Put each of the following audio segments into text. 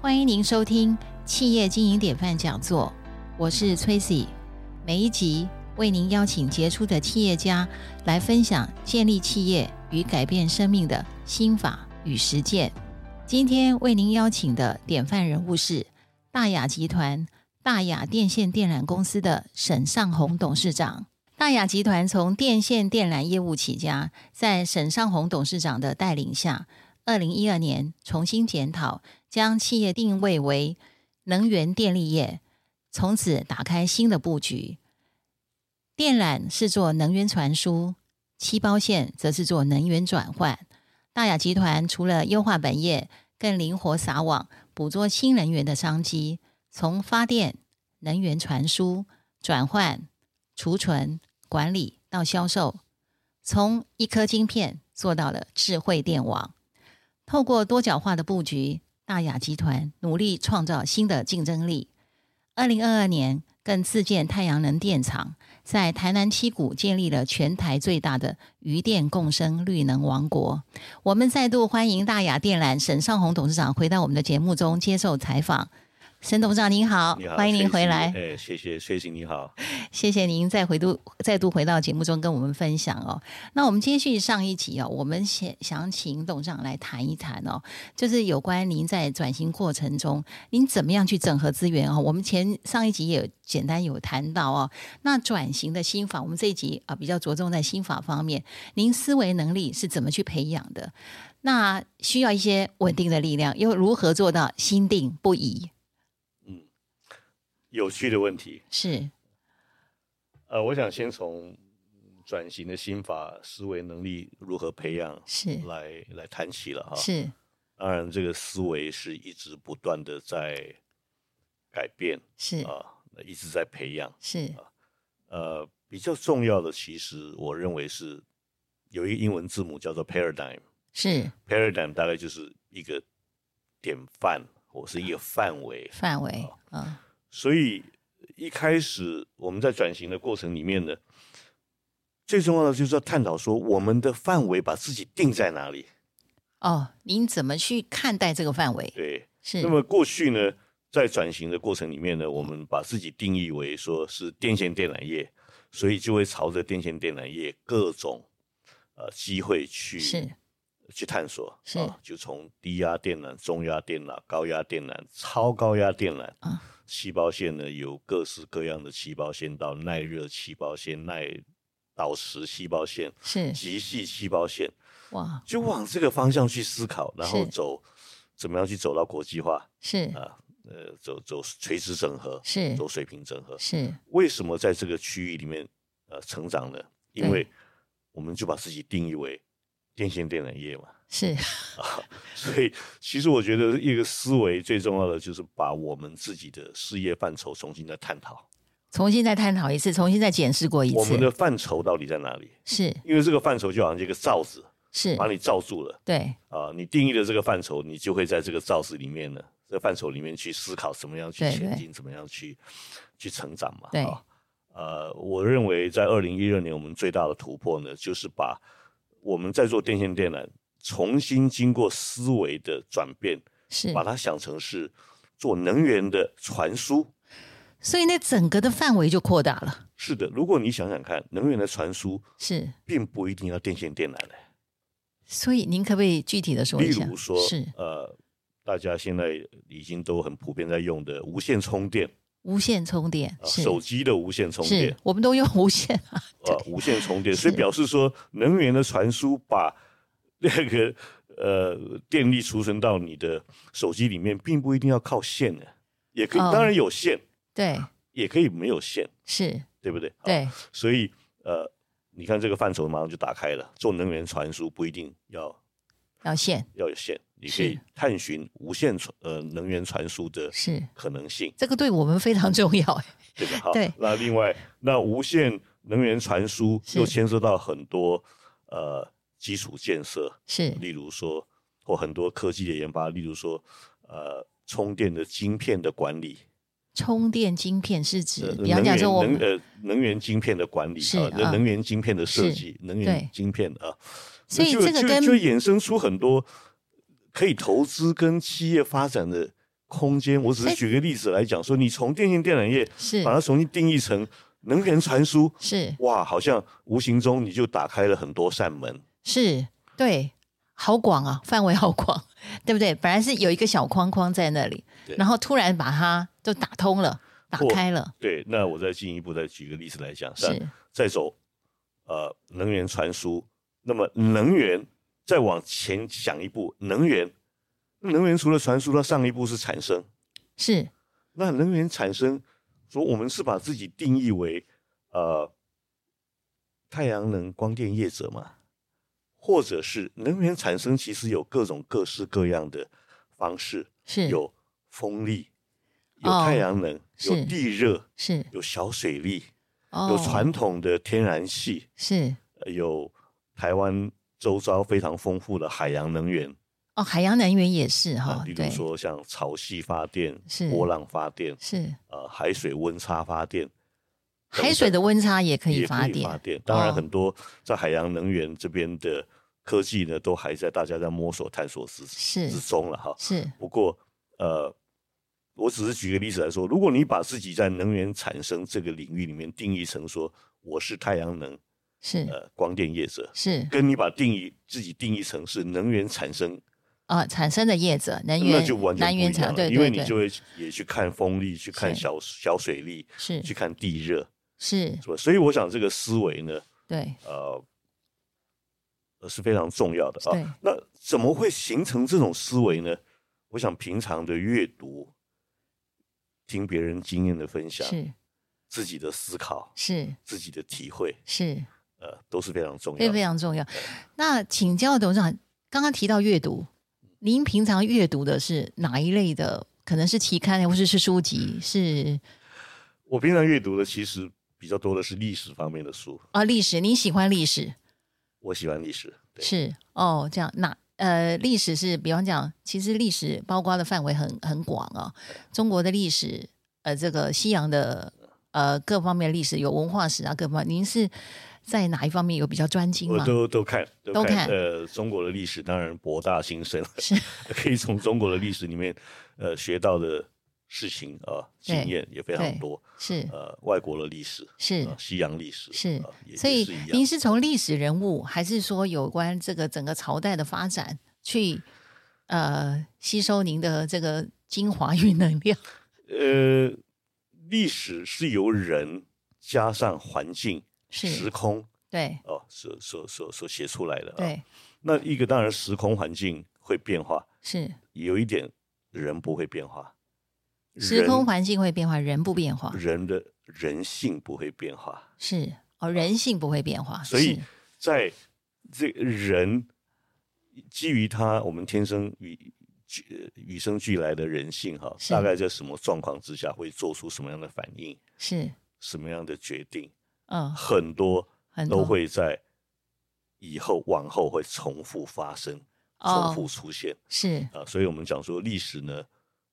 欢迎您收听企业经营典范讲座，我是 Tracy。每一集为您邀请杰出的企业家来分享建立企业与改变生命的心法与实践。今天为您邀请的典范人物是大雅集团大雅电线电缆公司的沈尚红董事长。大雅集团从电线电缆业务起家，在沈尚红董事长的带领下，二零一二年重新检讨，将企业定位为能源电力业，从此打开新的布局。电缆是做能源传输，七包线则是做能源转换。大雅集团除了优化本业，更灵活撒网，捕捉新能源的商机，从发电、能源传输、转换、储存、管理到销售，从一颗晶片做到了智慧电网。透过多角化的布局，大雅集团努力创造新的竞争力。二零二二年，更自建太阳能电厂，在台南七股建立了全台最大的余电共生绿能王国。我们再度欢迎大雅电缆沈尚红董事长回到我们的节目中接受采访。沈董事长您好，你好，欢迎您 Tracy，回来。哎，谢谢崔行，你好。谢谢您再回度再度回到节目中跟我们分享哦。那我们接续上一集哦，我们想想请董事长来谈一谈哦，就是有关您在转型过程中，您怎么样去整合资源哦？我们前上一集也有简单有谈到哦，那转型的心法，我们这一集啊比较着重在心法方面，您思维能力是怎么去培养的？那需要一些稳定的力量，又如何做到心定不移？有趣的问题，是呃，我想先从转型的心法、思维能力如何培养是来来谈起了哈。是当然，这个思维是一直不断的在改变是啊，一直在培养。是呃，比较重要的，其实我认为是有一个英文字母叫做 paradigm。是 paradigm 大概就是一个典范，或是一个范围。范围，哦嗯。所以一开始我们在转型的过程里面呢，最重要的就是要探讨说我们的范围把自己定在哪里。哦，您怎么去看待这个范围？对，是那么过去呢，在转型的过程里面呢，我们把自己定义为说是电线电缆业，所以就会朝着电线电缆业各种呃机会去是去探索，是啊，就从低压电缆、中压电缆、高压电缆、超高压电缆，啊气包线呢有各式各样的气包线，到耐热气包线、耐导磁气包线、是极细气包线，哇就往这个方向去思考，然后是走怎么样去走到国际化，是呃，走走垂直整合，是走水平整合。是为什么在这个区域里面呃成长呢？因对为我们就把自己定义为电线电缆业嘛。 是 所以，其实我觉得一个思维最重要的就是把我们自己的事业范畴重新再探讨，重新再探讨一次，重新再检视过一我次们，的范畴到底在哪里？是因为这个范畴就好像一个罩子，是把，你罩住了对啊、你定义了这个范畴，你就会在这个罩子里面呢，这个范畴里面去思考怎么样去对前对进，怎么样去去成长嘛。对啊呃，我认为在二零一六年我们最大的突破呢，就是把我们在做电线电缆重新经过思维的转变，是把，它想成是做能源的传输。所以那整个的范围就扩大了，是的，如果你想想看，能源的传输是。并不一定要电线电缆的。所以您可不可以具体的说例一下？如说，是呃，大家现在已经都很普遍在用的无线充电，无线充电，啊是手机的无线充电是，，我们都用无线啊，呃，无线充电，所以是表示说，能源的传输把 那个呃电力储存到你的手机里面，并不一定要靠线的，也可以，哦当然有线，对，也可以没有线，是，对不对？啊对，所以呃，你看这个范畴马上就打开了，做能源传输不一定要要线要有线，你可是以探寻无线传呃能源传输的是，可能性，这个对我们非常重要， 哎对吧？好，对那另外，那无线能源传输是又牵涉到很多呃基础建设，是例如说或很多科技的研发，例如说呃充电的晶片的管理，充电晶片是指，呃比方讲说我能源们能呃能源晶片的管理是啊，啊能能源晶片的设是计，能源对晶片啊，所以就这个就跟就衍生出很多可以投资跟企业发展的空间。我只哎是举个例子来讲，说你从电信电缆业是把它重新定义成能源传输，是哇，好像无形中你就打开了很多扇门。是，对，好广啊，范围好广， 对不对？本来是有一个小框框在那里对，然后突然把它就打通了，打或开了，对，那我再进一步再举个例子来讲，像是再走呃能源传输，那么能源再往前想一步，能源能源除了传输，它上一步是产生。是那能源产生，说我们是把自己定义为呃太阳能光电业者嘛，或者是能源产生其实有各种各式各样的方式，是有风力，有哦太阳能，是有地热，是有小水力，哦，有传统的天然气，是呃有台湾周遭非常丰富的海洋能源哦，海洋能源也是啊哈，，例如哦对，说像潮汐发电、是波浪发电、是呃海水温差发电。海水的温差也可以也发可以电，发电。当然，哦很多在海洋能源这边的科技呢，都还在大家在摸索探索之是之中了哈。是不过，呃，我只是举个例子来说，如果你把自己在能源产生这个领域里面定义成说我是太阳能是呃光电业者，是跟你把定义自己定义成是能源产生，啊，产生的业者能源那就完全能不一源样产了，对因为对你就对，会也去看风力，去看是小小水力，是去看地热，是是吧？所以我想这个思维呢，对呃呃是非常重要的对啊。那怎么会形成这种思维呢？我想平常的阅读、听别人经验的分享、是自己的思考、是自己的体会，是，呃，都是非常重非要非的。常重要。那请教董事长，刚刚提到阅读，您平常阅读的是哪一类的？可能是期刊，啊或者是书籍，是我平常阅读的其实比较多的是历史方面的书，啊，历史。您喜欢历史我喜欢历史。对，是哦，这样那呃，历史是比方讲，其实历史包括的范围很很广啊、中国的历史，呃，这个西洋的呃各方面的历史，有文化史啊各方面。您是在哪一方面有比较专精我吗？呃都都看，都都看呃，中国的历史当然博大精深，是 可以从中国的历史里面呃学到的事情啊、对经验也非对常多。是呃外国的历史，是呃西洋历史，是呃、也，所也以是一样您是从历史人物，还是说有关这个整个朝代的发展去呃吸收您的这个精华与能量？呃，历史是由人加上环境、时是，空对哦、所所所所写出来的、啊。，对那一个当然时空环境会变化，是，有一点人不会变化，时空环境会变化，人不变化，人人的人性不会变化，是哦，人性不会变化，所以是在这个人基于他我们天生与俱与生俱来的人性哈，是大概在什么状况之下会做出什么样的反应，是什么样的决定，嗯，很多很多都会在以后往后会重复发生，重复哦，出现是啊、所以我们讲说历史呢，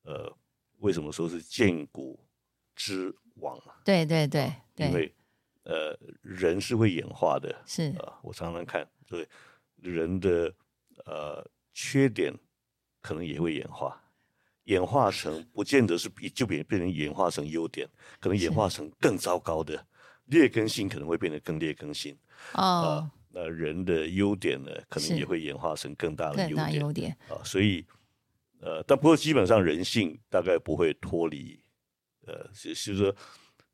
呃，为什么说是建古之王啊？对对对因对，为呃，人是会演化的，是啊，我常常看，对人的呃缺点可能也会演化，演化成不见得是比就变变成演化成优点，可能演是化成更糟糕的劣根性，可能会变得更劣根性啊、哦，那人的优点呢，可是能也会演化成更大的更优大点优点啊、所以呃，但不过基本上人性大概不会脱离呃，就就是说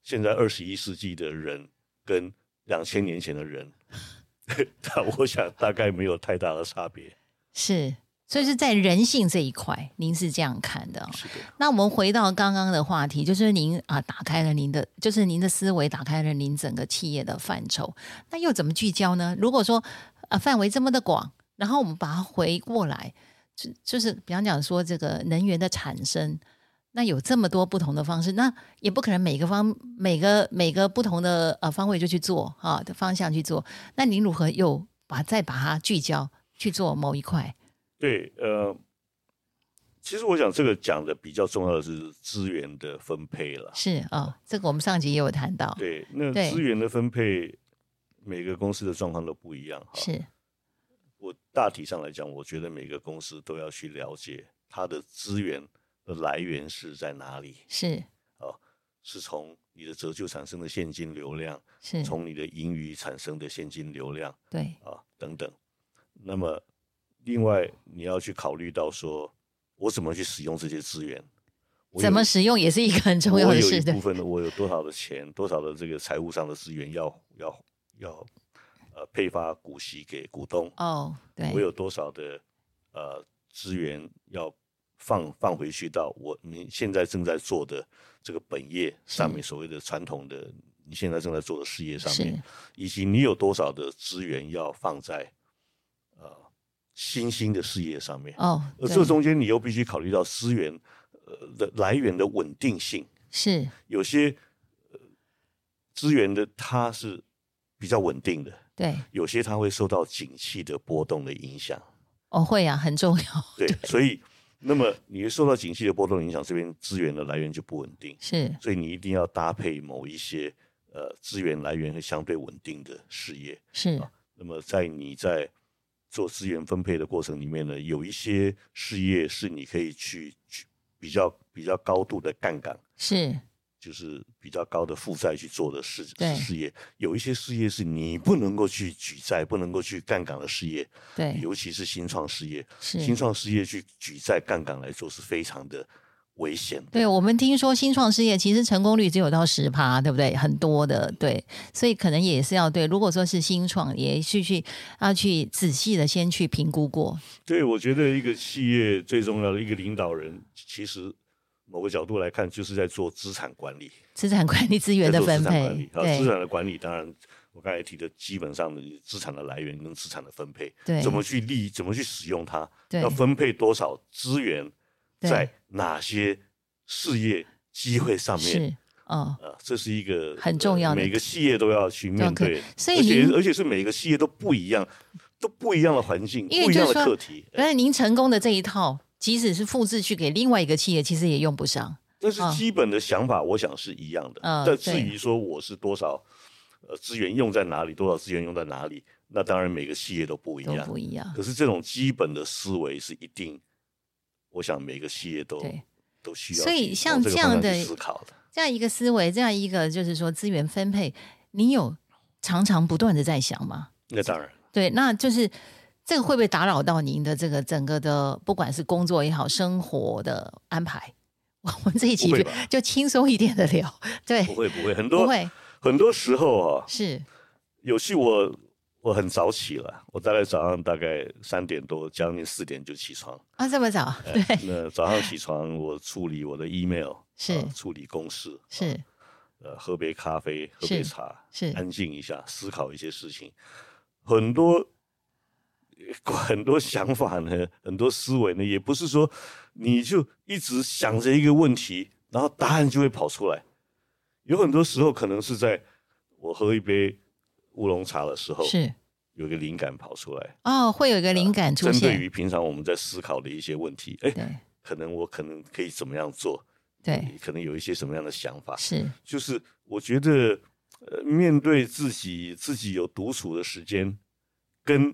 现在二十一世纪的人跟两千年前的人， 但我想大概没有太大的差别。是，所以是在人性这一块，您是这样看的哦。是的，那我们回到刚刚的话题，就是您啊，打开了您的，就是您的思维，打开了您整个企业的范畴。那又怎么聚焦呢？如果说啊范围这么的广，然后我们把它回过来，就就是比方讲说这个能源的产生，那有这么多不同的方式，那也不可能每个方每个每个不同的呃方位就去做啊的方向去做。那您如何又把再把它聚焦去做某一块？对，呃，其实我想这个讲的比较重要的是资源的分配了。是啊、这个我们上集也有谈到，对，那对资源的分配，每个公司的状况都不一样哈。是我大体上来讲，我觉得每个公司都要去了解它的资源的来源是在哪里？是是从你的折旧产生的现金流量，是，从你的盈余产生的现金流量对，啊等等。那么，另外你要去考虑到说，我怎么去使用这些资源？我有怎么使用也是一个很重要我的有事一的部，分的，我有多少的钱，多少的这个财务上的资源要要要呃配发股息给股东，哦，对我，有多少的呃资源要放放回去到我你现在正在做的这个本业上面，所谓的传统的你现在正在做的事业上面是，以及你有多少的资源要放在呃新兴的事业上面。哦，而对这中间你又必须考虑到资源呃的来源的稳定性。是有些呃资源的它是比较稳定的，对，有些它会受到景气的波动的影响。哦，会啊，很重要，对，所以那么你受到景气的波动影响，这边资源的来源就不稳定，是所以你一定要搭配某一些呃资源来源相对稳定的事业。是，那么在你在做资源分配的过程里面呢，有一些事业是你可以去去比较比较高度的杠杆，是就是比较高的负债去做的事对事业，有一些事业是你不能够去举债、不能够去杠杆的事业，对，尤其是新创事业。新是。创事业去举债杠杆来做是非常的危险的。对，我们听说新创事业其实成功率只有到十趴，对不对？很多的，对，所以可能也是要对。如果说是新创，也去去要去仔细的先去评估过，对，我觉得一个企业最重要的一个领导人，其实某个角度来看，就是在做资产管理，资产管理资源在的做分资产管配理，。啊，资对产的管理当然。我刚才提的，基本上的资产的来源跟资产的分配，对，怎么去利，怎么去使用它，对要分配多少资源对在哪些事业机会上面，是哦，啊，这是一个很重要的呃每个企业都要去面对，所以而且您而且是每个企业都不一样，都不一样的环境，因为不一样就是的说课题。呃但是您成功的这一套，即使是复制去给另外一个企业，其实也用不上。但是嗯基本的想法，我想是一样的。嗯但至对于说我是多少呃资源用在哪里，多少资源用在哪里，那当然每个企业都不一都样。不一样。可是这种基本的思维是一定，我想每个企业都对都需要去。所以像往个这样方向的去思考的，这样一个思维，这样一个就是说资源分配，你有常常不断的在想吗？那当然。对，那就是这个会不会打扰到您的这个整个的，不管是工作也好，生活的安排？我们这一集不会就吧就轻松一点的聊，对， 不会不会，很不多会很多时候啊，是有戏我我很早起了，我大概早上大概三点多，将近四点就起床。啊，这么早，对，那早上起床，我处理我的 email，是呃处理公事，是呃，喝杯咖啡，喝杯是茶，是安静一下，思考一些事情。很多 很多想法呢，很多思维呢，也不是说你就一直想着一个问题，然后答案就会跑出来。有很多时候可能是在我喝一杯乌龙茶的时候，是有一个灵感跑出来，哦，会有一个灵感出针对现，于平常我们在思考的一些问题，哎，对可能我可能可以怎么样做，对可能有一些什么样的想法，是就是我觉得，呃，面对自己自己有独处的时间，跟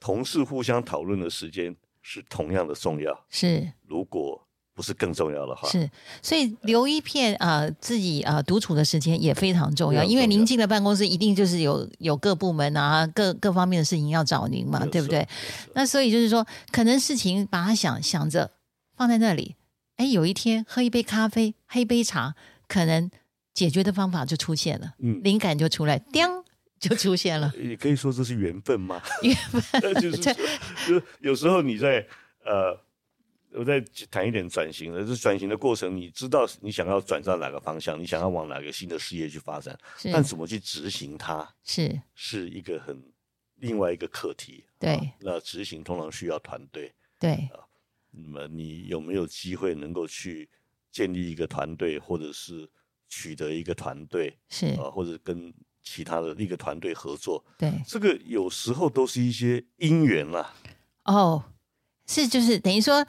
同事互相讨论的时间是同样的重要，是。如果不是更重要的话，是，所以留一片呃自己呃独处的时间也非常重非要，常因为重您要进了办公室，一定就是有有各部门啊、各各方面的事情要找您嘛，没啊有对不错对？？那所以就是说，可能事情把它想想着放在那里，哎，有一天喝一杯咖啡、喝一杯茶，可能解决的方法就出现了，嗯，灵感就出来，叮就出现了 也可以说这是缘分吗？缘分 就是说就是有时候你在呃，我再谈一点转型的，这转型的过程，你知道你想要转到哪个方向，你想要往哪个新的事业去发展，是但怎么去执行它，是，是一个很另外一个课题。对啊那执行通常需要团队，对那么你有没有机会能够去建立一个团队，或者是取得一个团队是，啊，或者跟其他的一个团队合作？对这个有时候都是一些因缘啦、哦，是就是等于说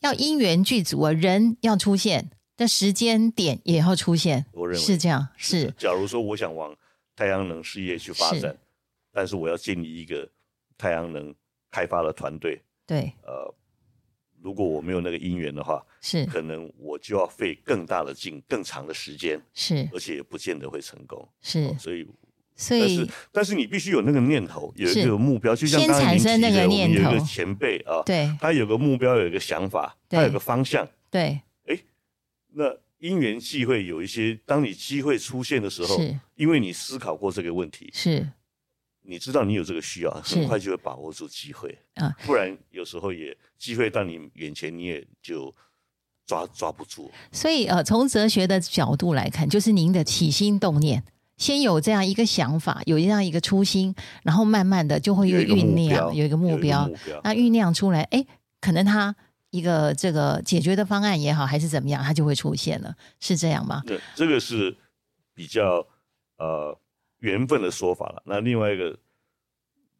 要因缘具足啊，人要出现，但时间点也要出现，我认为是这样，是的是假如说我想往太阳能事业去发展，是但是我要建立一个太阳能开发的团队，对呃，如果我没有那个因缘的话，是可能我就要费更大的劲、更长的时间，是而且也不见得会成功。 是，所以，所但以是但是你必须有那个念头，有一是个目标，就像先刚才产您生提那个的，我们念有一个头前辈啊，对他有个目标，有一个想法，对他有个方向。对那因缘际会有一些，当你机会出现的时候，是因为你思考过这个问题，是你知道你有这个需要，是很快就会把握住机会啊不然有时候也机会到你眼前，你也就抓抓不住。所以呃，从哲学的角度来看，就是您的起心动念，先有这样一个想法，有这样一个初心，然后慢慢的就会有越一个酝目标，酿，有一个目标，目标那酝酿出来，哎，可能它一个这个解决的方案也好，还是怎么样，它就会出现了，是这样吗？对，这个是比较呃缘分的说法了。那另外一个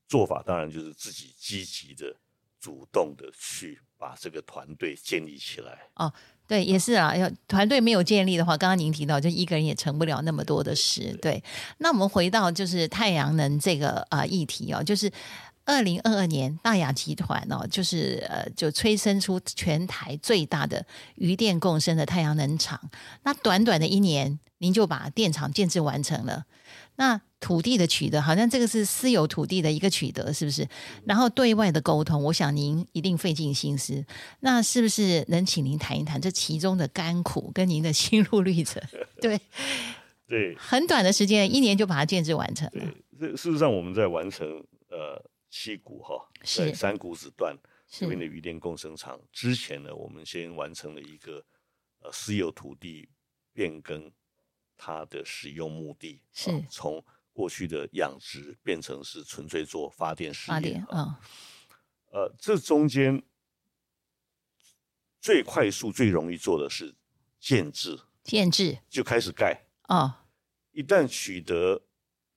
做法，当然就是自己积极的、主动的去把这个团队建立起来。对，也是啊。要团队没有建立的话，刚刚您提到，就一个人也成不了那么多的事。对，那我们回到就是太阳能这个啊、呃议题哦，就是二零二二年大雅集团哦，就是呃就催生出全台最大的余电共生的太阳能厂。那短短的一年，您就把电厂建制完成了。那土地的取得，好像这个是私有土地的一个取得，是不是？然后对外的沟通，我想您一定费尽心思。那是不是能请您谈一谈这其中的甘苦跟您的心路历 程？对，对很短的时间，一年就把它建制完成对了。，这事实上我们在完成呃七股哈，是在三股子段这边的是渔电共生厂之前呢，我们先完成了一个呃私有土地变更它的使用目的，是啊从过去的养殖变成是纯粹做发电事八业点。啊嗯，呃，这中间最快速、最容易做的是建制，建制就开始盖。哦，一旦取得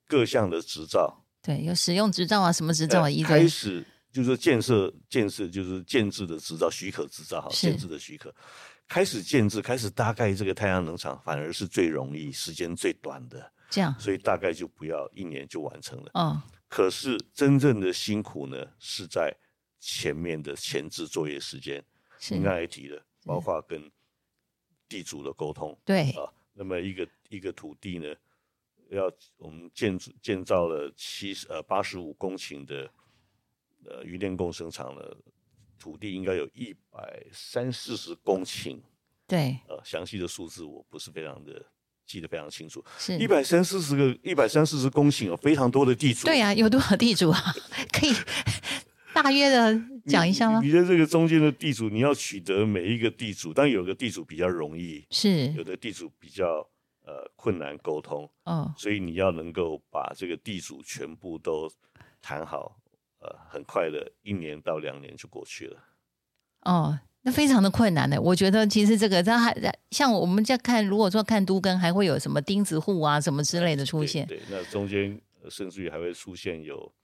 各项的执照，对，有使用执照啊，什么执照啊，呃一开堆始就是说建设、建设就是建制的执照、许可执照哈，是建制的许可，开始建制、开始搭盖这个太阳能厂，反而是最容易、时间最短的，这样。所以大概就不要一年就完成了。哦，可是真正的辛苦呢，是在前面的前置作业时间，是您刚才提了，包括跟地主的沟通，对，啊，那么一个一个土地呢，要我们建筑建造了七十呃八十五公顷的呃渔电共生厂的土地应该有一百三四十公顷，对，呃，详细的数字我不是非常的记得非常清楚，是一。百三四十个一百三四十公顷有非常多的地主，对啊，有多少地主啊？ 可以大约的你讲一下吗你？你在这个中间的地主，你要取得每一个地主，但有个地主比较容易，有是，的地主比较呃困难沟通。哦，所以你要能够把这个地主全部都谈好，呃，很快的一年到两年就过去了。哦，那非常的困难的。我觉得其实这个，它还像我们在看，如果说看都更，还会有什么钉子户啊什么之类的出对现。对，那中间呃甚至于还会出现有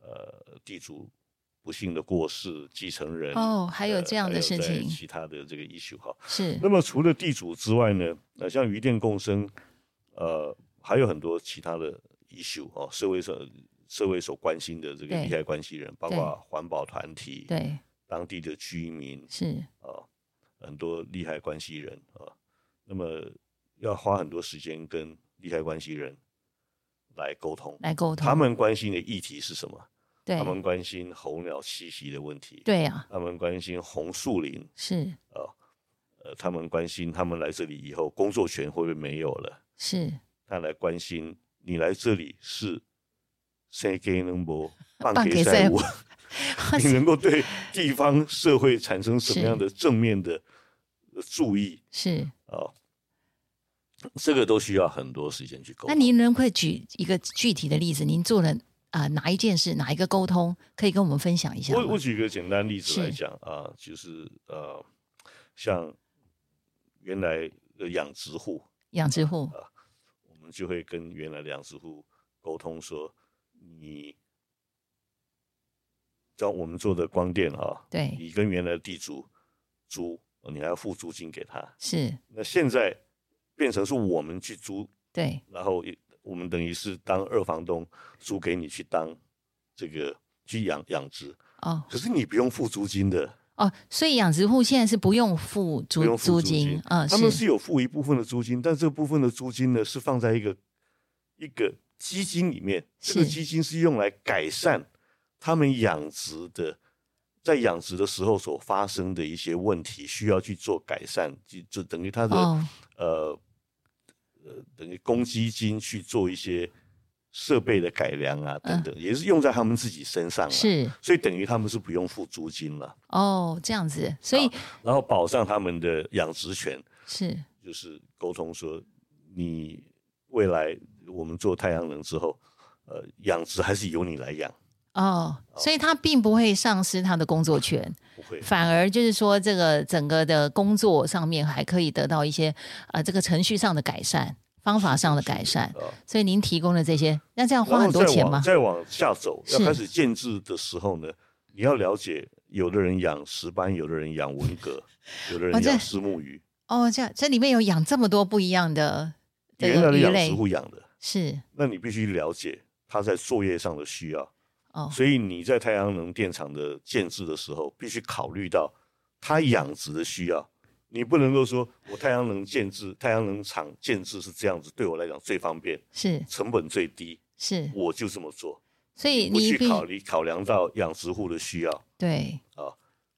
呃地主不幸的过世、继承人呃哦还有这样的还有事在情嗯其他的这个 issue 哈。是那么除了地主之外呢，呃，像余电共生，呃，还有很多其他的 issue 哦，社会所社会所关心的这个对利害关系人，包对括环保团体、对，当地的居民，是啊，很多利害关系人啊，那么要花很多时间跟利害关系人来沟通，来沟通。他们关心的议题是什么？对他们关心候鸟栖息的问题，对啊，他们关心红树林，是呃，他们关心他们来这里以后工作权会不会没有了？是他来关心你来这里是谁给能不 办放给给赛赛 务？你能够对地方社会产生什么样的正面的呃注意？是。哦，这个都需要很多时间去沟那通。您能会举一个具体的例子？您做了啊、呃哪一件事，哪一个沟通，可以跟我们分享一下吗我我举一个简单例子来是讲啊，就是呃，像原来的养殖户，养殖户呃我们就会跟原来的养殖户沟通说，你像我们做的光电啊，对你跟原来的地主租，你还要付租金给他。是，那现在变成是我们去租对然后也我们等于是当二房东租给你去当这个去养养殖，哦可是你不用付租金的，哦，所以养殖户现在是不用付不租用付租金，嗯，他们是是有付一部分的租金，但这部分的租金呢是放在一个一个基金里面，这个是基金是用来改善他们养殖的，在养殖的时候所发生的一些问题，需要去做改善，就就等于他的、哦，呃呃，等于公积金去做一些设备的改良啊，等等，也是用在他们自己身上、啊，，嗯是所以等于他们是不用付租金了，哦，这样子，所以然后保障他们的养殖权，是就是沟通说，你未来我们做太阳能之后，呃，养殖还是由你来养，哦，所以他并不会丧失他的工作权，不会。反而就是说，这个整个的工作上面还可以得到一些呃，这个程序上的改善，方法上的改善。啊，所以您提供了这些，那这样花然后啊很多再钱往吗？再往下走，要是开始建制的时候呢，你要了解，有的人养石斑，有的人养文蛤，有的哇人这养石目鱼，哦，这样这里面有养这么多不一样的这原来个的鱼养殖类，户养的，是那你必须了解他在作业上的需要，哦，所以你在太阳能电厂的建制的时候，必须考虑到他养殖的需要。你不能够说我太阳能建制、太阳能厂建制是这样子，对我来讲最方便，是成本最低，是，我就这么做。所以不你去必考虑考量到养殖户的需要，对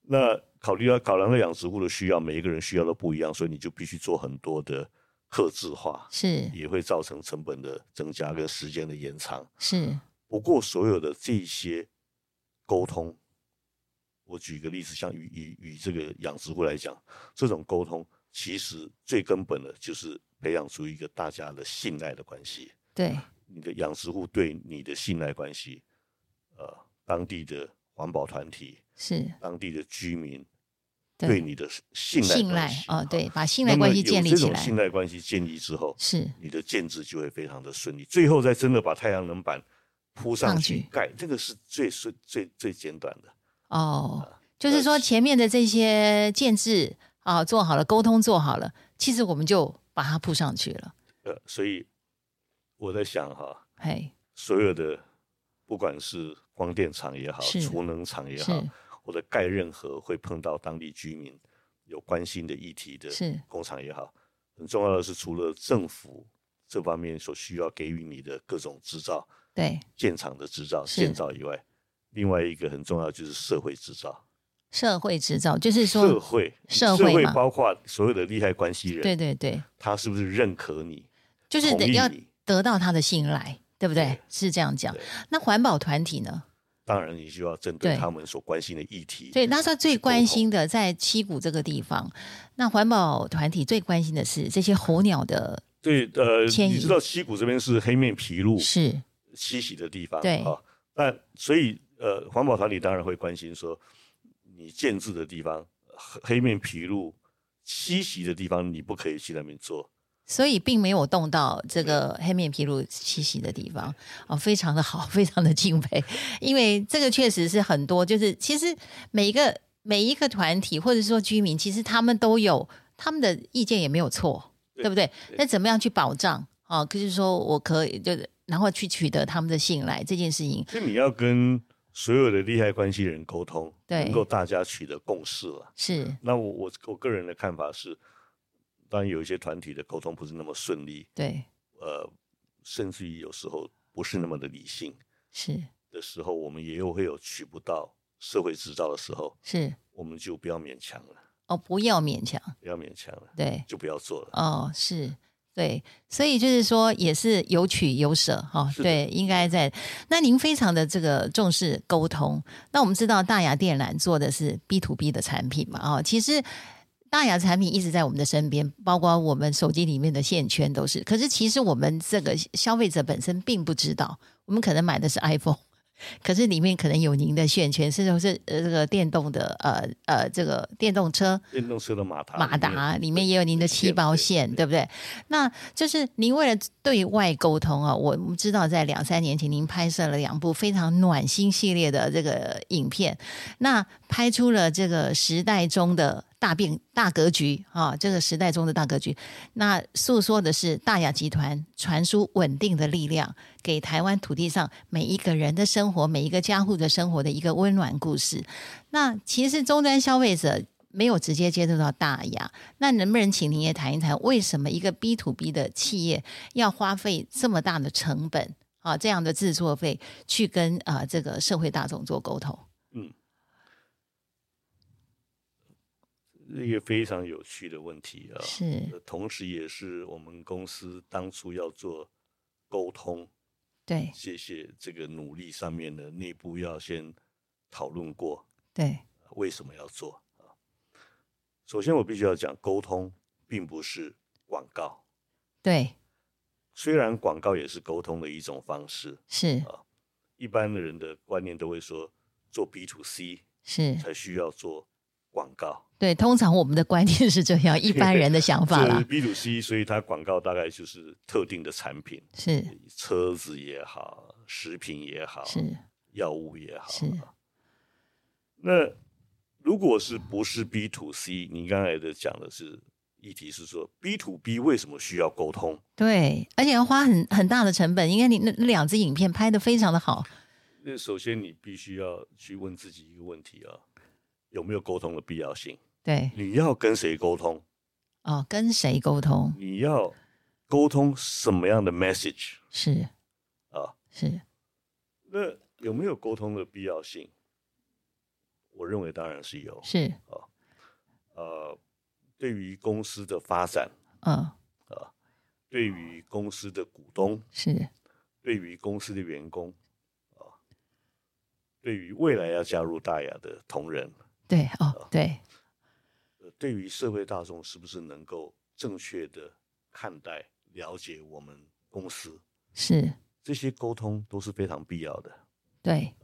那考虑到考量到养殖户的需要，每一个人需要都不一样，所以你就必须做很多的克制化，是也会造成成本的增加跟时间的延长。是不过，所有的这些沟通，我举个例子，像与与与这个养殖户来讲，这种沟通其实最根本的就是培养出一个大家的信赖的关系。对你的养殖户对你的信赖关系，呃，当地的环保团体、是当地的居民对对你的信赖信关赖系啊哦，，对，把信信赖关系建立这起种来信赖关系建立之后，是你的建制就会非常的顺利。最后再真的把太阳能板铺上上去去盖，这个是最顺、最最简短的。哦，就是呃说前面的这些建制啊、做好了，沟通做好了，其实我们就把它铺上去了，呃，所以我在想哈，嘿，所有的不管是光电厂也好，是储能厂也好是，或者盖任何会碰到当地居民有关心的议题的是工厂也好，很重要的是，除了政府这方面所需要给予你的各种执照、对，建厂的执照、是建造以外，另外一个很重要就是社会执照。社会制造就是社说，会社会会嘛包括所有的利害关系人，对对对，他是不是认可你？就是同得意要你得到他的信赖，对不对？对是这样讲对。那环保团体呢？当然，你就要针对对他们所关心的议题。对，那他最去沟关通心的在七股这个地方，那环保团体最关心的是这些候鸟的，对，呃，迁移你知道溪谷这边是黑面琵鹭是栖息的地方，对啊，但所以呃，环保团体当然会关心说，你建制的地方，黑黑面琵鹭栖息的地方，你不可以去那边 做。所以并没有动到这个嗯黑面琵鹭栖息的地方哦，非常的好， 非常的敬佩，因为这个确实是很多，就是其实每一个每一个团体或者说居民，其实他们都有他们的意见也没有错，对对不对对？那怎么样去保障啊？哦就是说我可以就是然后去取得他们的信赖这件事情，所以你要跟所有的利害关系人沟通，对能够大家取得共识了。是那我我我个人的看法是，当然有一些团体的沟通不是那么顺利，对呃，甚至于有时候不是那么的理性。是的时候，我们也有会有取不到社会执照的时候，是我们就不要勉强了，哦，不要勉强，不要勉强了，对。就不要做了。哦，是对，所以就是说也是有取有舍哈、是的对，应该在。那您非常的这个重视沟通，那我们知道大雅电缆做的是 B to B 的产品嘛，哦，其实。大雅产品一直在我们的身边，包括我们手机里面的线圈都是。可是其实我们这个消费者本身并不知道，我们可能买的是 iPhone，可 是里面可能有您的线圈，甚至是呃这个电动的呃呃这个电动车，电动车的马达，马达里面也有您的气包线，对不对？那就是您为了对外沟通啊，我们知道在两三年前您拍摄了两部非常暖心系列的这个影片，那拍出了这个时代中的。大变大格局啊、这个时代中的大格局。那诉说的是大雅集团传输稳定的力量，给台湾土地上每一个人的生活、每一个家户的生活的一个温暖故事。那其实终端消费者没有直接接触到大雅，那能不能请您也谈一谈，为什么一个 B to B 的企业要花费这么大的成本啊，这样的制作费去跟啊、呃这个社会大众做沟通？一个非常有趣的问题啊，是呃同时也是我们公司当初要做沟通，对谢谢这个努力上面的内部要先讨论过对，呃为什么要做啊。首先，我必须要讲，沟通并不是广告，对，虽然广告也是沟通的一种方式，是呃一般的人的观念都会说做 B to C 是，才需要做广告，对。通常我们的观念是这样，一般人的想法这 啦， B to C，所以它广告大概就是特定的产品。是车子也好，食品也好，是药物也好。是那如果是不是 B to C，你刚才的讲的是议题是说 B to B 为什么需要沟通？对，而且要花很很大的成本，因为你那那两支影片拍的非常的好，那首先你必须要去问自己一个问题啊，有没有沟通的必要性？对你要跟谁沟通？哦，跟谁沟通你要沟通什么样的 message 是啊？是那有没有沟通的必要性？我认为当然是有。是，呃，对于公司的发展，嗯对于公司的股东，是对于公司的员工，啊，对于未来要加入大雅的同仁，对哦对呃对于社会大众是不是能够正确的看待、了解我们公司，是这些沟通都是非常必要的。对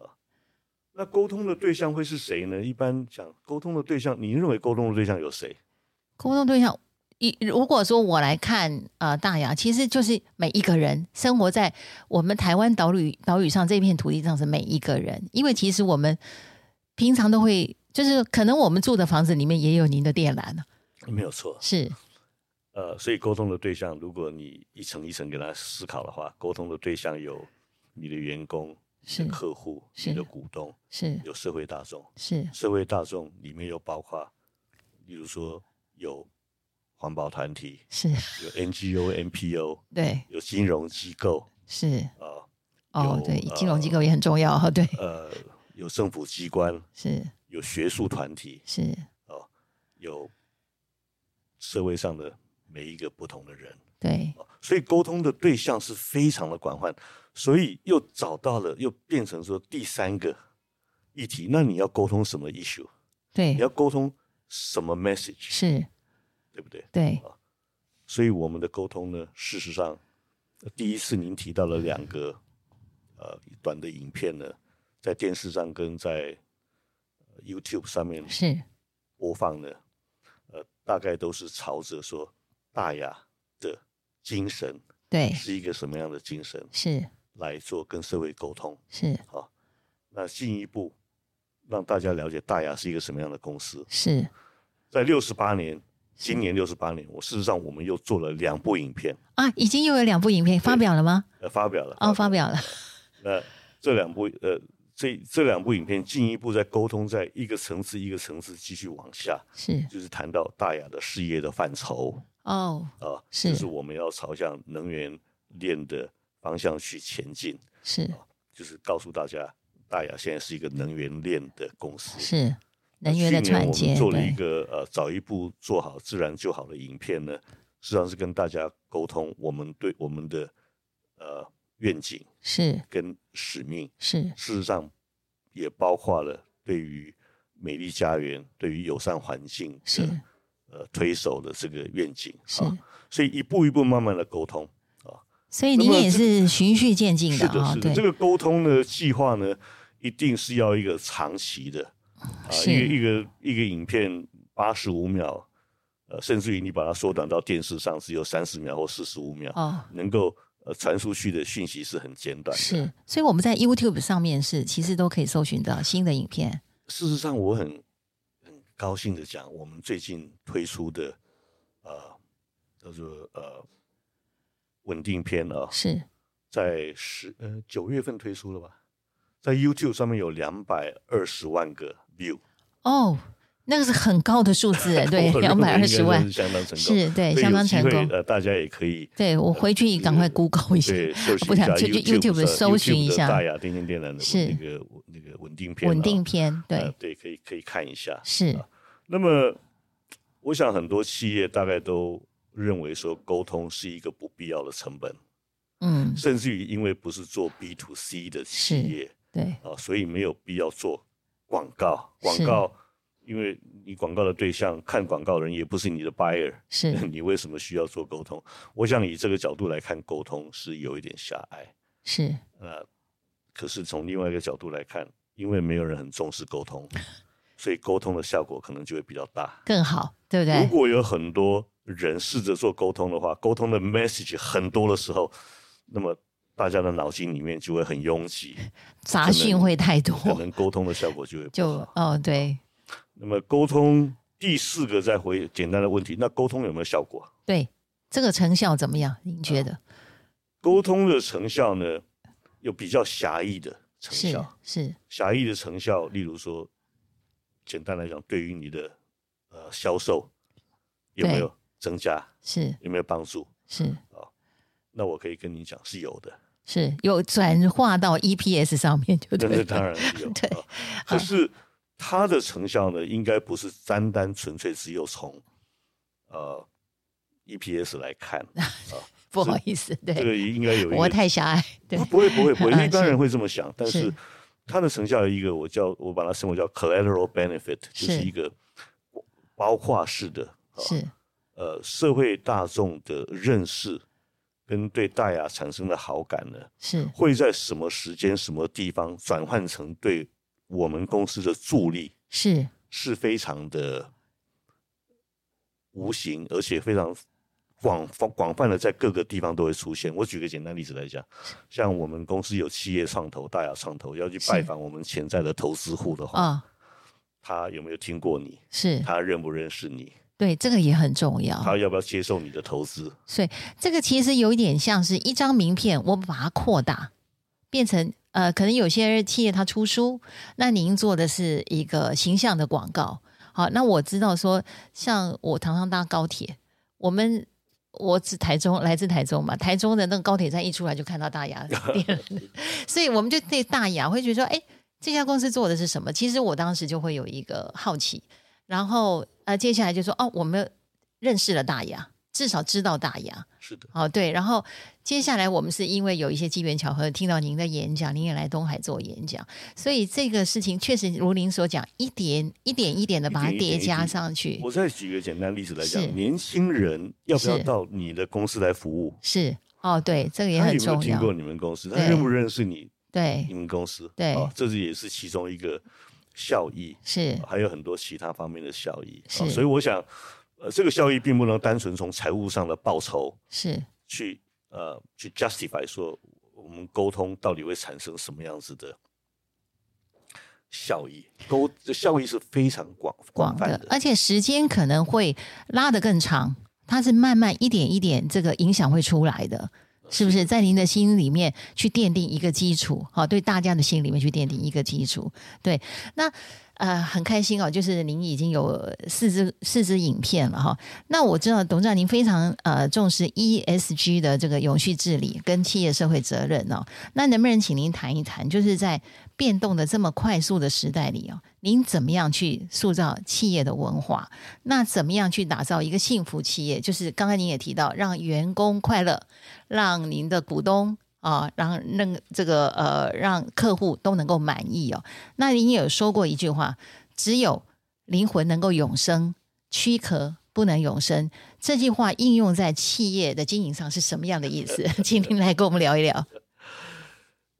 那沟通的对象会是谁呢？一般讲沟通的对象，你认为沟通的对象有谁？沟通对象。一如果说我来看，呃，大雅其实就是每一个人生活在我们台湾岛屿岛屿上这片土地上是每一个人，因为其实我们平常都会，就是可能我们住的房子里面也有您的电缆，没有错，是呃，所以沟通的对象，如果你一层一层给他思考的话，沟通的对象有你的员工、是你的客户、是你的股东，是有社会大众。是社会大众里面有包括，比如说有环保团体、是，有 NGO、NPO、对有金融机构是啊、哦有对，金融机呃构也很重要，对呃，有政府机关，是有学术团体，是有社会上的每一个不同的人。哦对所以沟通的对象是非常的广泛，所以又找到了，又变成说第三个议题。那你要沟通什么 issue？你对要沟通什么 message？是，对不对？对所以我们的沟通呢，事实上，呃第一次您提到了两个呃短的影片呢，在电视上跟在呃 YouTube 上面是播放呢，呃，大概都是朝着说大雅的精神对是一个什么样的精神是来做跟社会沟通，是那进一步让大家了解大雅是一个什么样的公司。是在六十八年，今年六十八年，我事实上我们又做了两部影片，啊，已经又有两部影片发表了吗？呃，发表了哦，发表了，那这两部呃，这这两部影片进一步在沟通，在一个层次一个层次继续往下，是 就是谈到大雅的事业的范畴哦，啊，是就是我们要朝向能源链的方向去前进，是就是告诉大家，大雅现在是一个能源链的公司。是那能源的去年串接，我们做了一对个呃早一步做好自然就好的影片呢，实际上是跟大家沟通我们对我们的呃愿景是跟使命。是事实上也包括了对于美丽家园、对于友善环境是的呃推手的这个愿景是，啊，所以一步一步慢慢的沟通。所以那您么也这是循序渐进是啊，是的，这对个沟通的计划呢，一定是要一个长期的啊，是一个一个一个影片八十五秒，呃，甚至于你把它缩短到电视上只有三十秒或四十五秒，哦。能够呃传出去的讯息是很简短的。是，所以我们在 YouTube 上面是其实都可以搜寻到新的影片，事实上，我很很高兴的讲，我们最近推出的呃叫做呃稳定篇啊，是在十呃九月份推出了吧，在 YouTube 上面有两百二十万个 view，哦，那个是很高的数 字，哎对，我认两为百哦应二该十算万是，相当成功，是对，所以相有当机成会功。呃，大家也可以嗯对我回去赶快 Google 一下，对，搜寻不一然下就就 YouTube YouTube 搜寻 YouTube 一的下大雅电竞电缆是的那个那个稳定片啊，稳定篇，呃对，对，可以可以看一下。是那么，我想很多企业大概都认为说沟通是一个不必要的成本，嗯，甚至于因为不是做 B to C 的企业对，啊，所以没有必要做广告。是广告，因为你广告的对象看广告的人也不是你的 buyer，是 你为什么需要做沟通？我想以这个角度来看，沟通是有一点狭隘。是那可是从另外一个角度来看，因为没有人很重视 沟通，所以沟通的效果可能就会比较大。更好，对不如对？果有很多人试着做沟通的话，沟通的 message 很多的时候，那么大家的脑筋里面就会很 拥挤，杂讯会太多，可能沟通的效果就会不就好。哦，对那么沟通第四个再回简单的问题，那沟通有没有效果？对，这个成效怎么样？您啊觉得沟通的成效呢，有比较狭义的成是效，是狭义的成效，例如说，简单来讲，对于你的呃销售有没有增加，是有没有帮助？是那我可以跟你讲是有的。是有转化到 EPS 上面，就那 对是了，当然是有对啊。可是它的成效呢，应该不是单单纯粹只有从呃 EPS 来 看啊，不好意思，这个对，应该有一我个太狭隘，对不，不会不会不 啊会，一般是人会这么想，但是是它的成效有一个我叫我把它称为叫 collateral benefit，就是是一个包括式的啊是呃社会大众的认识跟对大雅产生的好感呢，是会在什么时间、什么地方转换成对我们公司的助力，是是非常的无形，而且非常广广广泛的，在各个地方都会出现。我举个简单例子来讲，像我们公司有企业创投、大雅创投要去拜是访我们潜在的投资户的话，啊，他有没有听过你？是他认不认识你？对，这个也很重要。他要不要接受你的投资？所以这个其实有一点像是一张名片，我们把它扩大，变成呃，可能有些企业它出书，那您做的是一个形象的广告。好，那我知道说，像我常常搭高铁，我们我自台中来自台中嘛，台中的那个高铁站一出来就看到大牙店了，所以我们就对大牙会觉得说，哎，这家公司做的是什么？其实我当时就会有一个好奇，然后呃，接下来就说，哦，我们认识了大牙，至少知道大牙，是的，哦，对，然后接下来我们是因为有一些机缘巧合听到您的演讲，您也来东海做演讲，所以这个事情确实如您所讲，一点一点一点的把它一叠点一点加一点上去我，再举个简单例子来是讲，年轻人要不要是到你的公司来服务？是哦，对，这个也他很有没有重听要，过你们公司？他对认不认识你？你对，们公司？对啊，这是也是其中一个效益，是还有很多其他方面的效益。啊是所以我想，呃，这个效益并不能单纯从财务上的报酬是去呃去 justify 说我们沟通到底会产生什么样子的效益。沟这效益是非常广广泛的，而且时间可能会拉得更长，它是慢慢一点一点，这个影响会出来的。是不是在您的心里面去奠定一个基础？好，对大家的心里面去奠定一个基础。对，那呃很开心哦，就是您已经有四支四支影片了哈、那我知道董事长您非常呃重视 ESG 的这个永续治理跟企业社会责任哦。那能不能请您谈一谈，就是在变动的这么快速的时代里哦，您怎么样去塑造企业的文化？那怎么样去打造一个幸福企业？就是刚才您也提到，让员工快乐，让您的股东啊，让那个这个呃，让客户都能够满意哦。那您也有说过一句话，只有灵魂能够永生，躯壳。不能永生这句话应用在企业的经营上是什么样的意思？ 请您来跟我们聊一聊。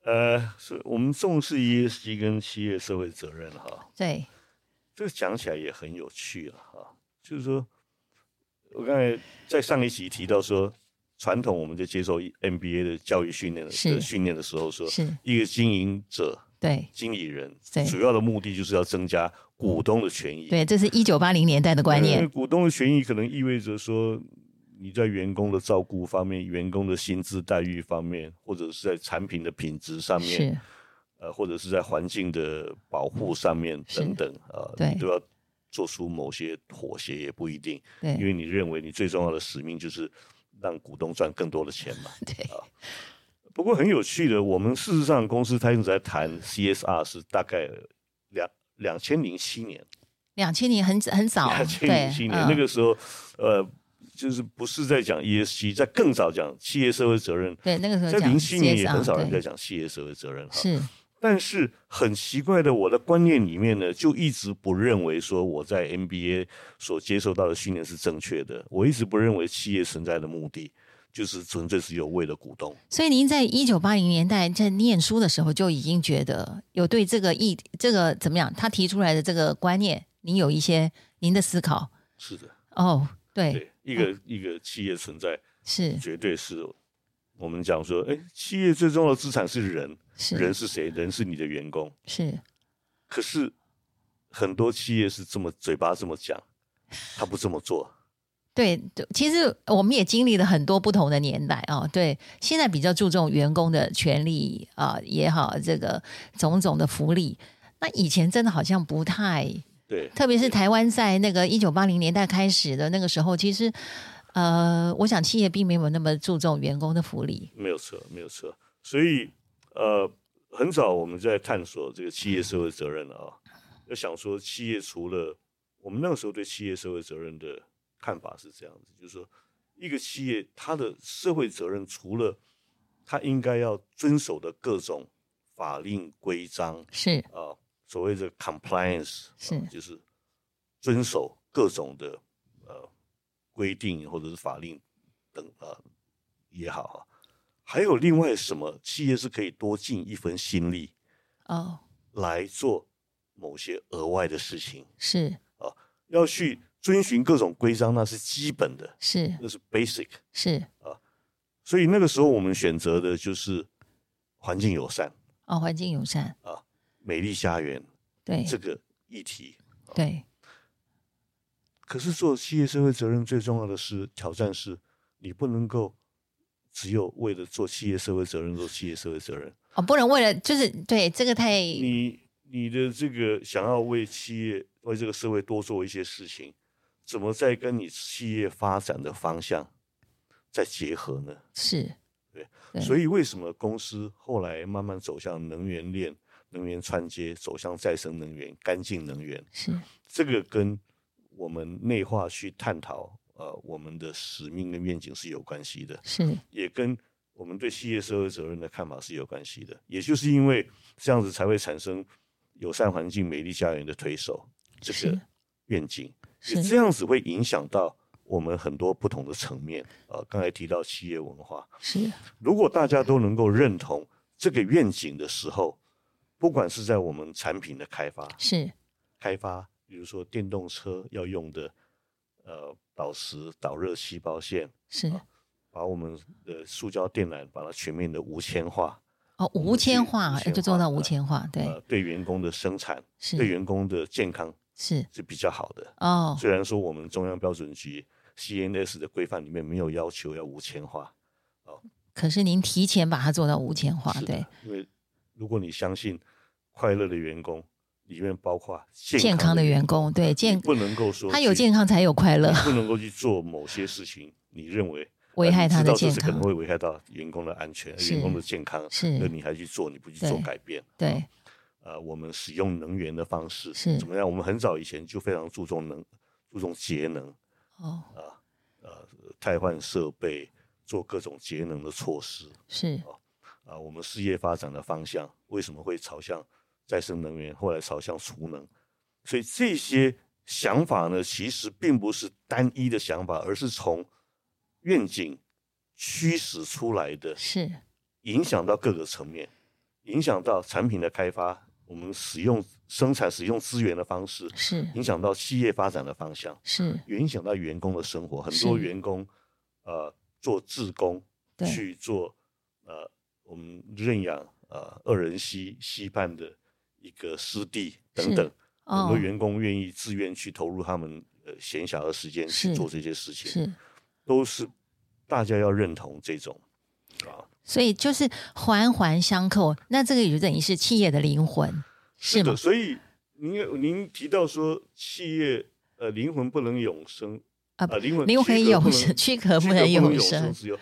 呃，是我们重视 ESG 跟企业社会责任哈。对，这个讲起来也很有趣了、哈、就是说，我刚才在上一集提到说，传统我们在接受 MBA 的教育训练的是的训练的时候说，是一个经营者对经理人对，主要的目的就是要增加股东的权益。对，这是一九八零年代的观因为念，股东的权益可能意味着说，你在员工的照顾方面、员工的薪资待遇方面，或者是在产品的品质上面，是呃，或者是在环境的保护上面是等等，呃，对你都要做出某些妥协，也不一定，因对为你认为你最重要的使命就是让股东赚更多的钱嘛。对不过很有趣的，我们事实上公司开始在谈 CSR 是大概两两千零七年。两千年很很 早，千哦对零七，年嗯那个时候，呃，就是不是在讲 ESG，在更早讲企业社会责任。对那个时候在讲零七年也 CSR 很少人对在讲企业社会责任哈。是但是很奇怪的，我的观念里面呢，就一直不认为说我在 MBA 所接受到的训练是正确的。我一直不认为企业存在的目的就是纯粹只有为了股东。所以您在一九八零年代在念书的时候就已经觉得有对这个议这个怎么样，他提出来的这个观念，您有一些您的思考。是的，哦，对，对，一个一个企业存在，是绝对是我们讲说，哎，企业最重要的资产是人，人是是谁？人是你的员工。是，可是很多企业是这么嘴巴这么讲，他不这么做。对。对其实我们也经历了很多不同的年代哦。对，现在比较注重员工的权利啊、也好，这个种种的福利。那以前真的好像不太对，特别是台湾在那个一九八零年代开始的那个时候，其实，呃，我想企业并没有那么注重员工的福利。没有错，没有错。所以呃，很早我们在探索这个企业社会责任啊，要想说企业除了我们那个时候对企业社会责任的看法是这样子，就是说一个企业它的社会责任除了它应该要遵守的各种法令规章，是啊，所谓的 compliance 啊是就是遵守各种的呃规定或者是法令等啊也好啊，还有另外什么企业是可以多尽一份心力哦，来做某些额外的事情，是要去遵循各种规章，那是基本的，是那是 basic。是所以那个时候我们选择的就是环境友善、哦，环境友善，美丽家园对这个议题。对可是做企业社会责任最重要的是挑战是，你不能够只有为了做企业社会责任做企业社会责任，哦，不能为了就是对这个太你你的这个想要为企业为这个社会多做一些事情，怎么在跟你企业发展的方向再结合呢？是对所以为什么公司后来慢慢走向能源链、能源串接，走向再生能源、干净能源？是这个跟我们内化去探讨呃我们的使命跟愿景是有关系的，是也跟我们对企业社会责任的看法是有关系的。也就是因为这样子才会产生友善环境、美丽家园的推手这个是愿景，也是这样子会影响到我们很多不同的层面。呃，刚才提到企业文化，是如果大家都能够认同这个愿景的时候，不管是在我们产品的开发，是开发，比如说电动车要用的呃导时导热细胞线，是把我们的塑胶电缆把它全面的无铅化，哦，们无铅去化无哎铅就做化到无呃铅化，对呃，对员工的生产、对是员工的健康是是比较好的。哦虽然说我们中央标准局 CNS 的规范里面没有要求要无铅化，可是您提前把它做到无铅化，是对的，因为如果你相信快乐的员工，里面包括健康的员工，工，对你健不能够说他有去健康才有快乐你，不能够去做某些事情，你认为危呃害你他知的道这健是可能康，会危害到员工的安全、是员工的健康，是那你还去做，你不去做对改变。对呃，我们使用能源的方式是怎么样？我们很早以前就非常注重能，注重节能，哦呃，汰换设备，做各种节能的措施。是啊、我们事业发展的方向为什么会朝向再生能源，后来朝向储能？所以这些想法呢，其实并不是单一的想法，而是从愿景驱使出来的，是影响到各个层面，影响到产品的开发，我们使用生产使用资源的方式，是影响到企业发展的方向，是，也影响到员工的生活。很多是员工呃做志工，对去做呃我们认养呃恶人溪溪畔的一个湿地等等，哦很多员工愿意自愿去投入他们呃闲暇的时间去是做这些事情，是，都是大家要认同这种啊，所以就是环环相扣。那这个也就等于是企业的灵魂，是吗的，？所以您您提到说企业呃灵魂不能永生啊呃灵魂灵躯魂壳永不能生， 躯壳躯不壳能永永生，只有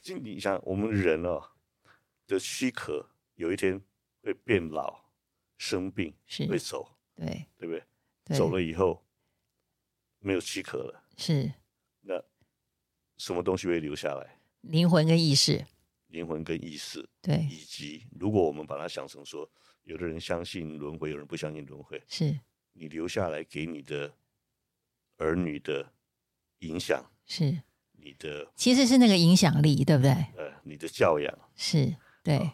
就你想我们人啊的躯壳有一天会变老、生病、是会走，对对不对？对，走了以后没有躯壳了，是那什么东西会留下来？灵魂跟意识，灵魂跟意识，对，以及如果我们把它想成说，有的人相信轮回，有人不相信轮回，是你留下来给你的儿女的影响，是，你的其实是那个影响力，对不对？呃你的教养是，哦对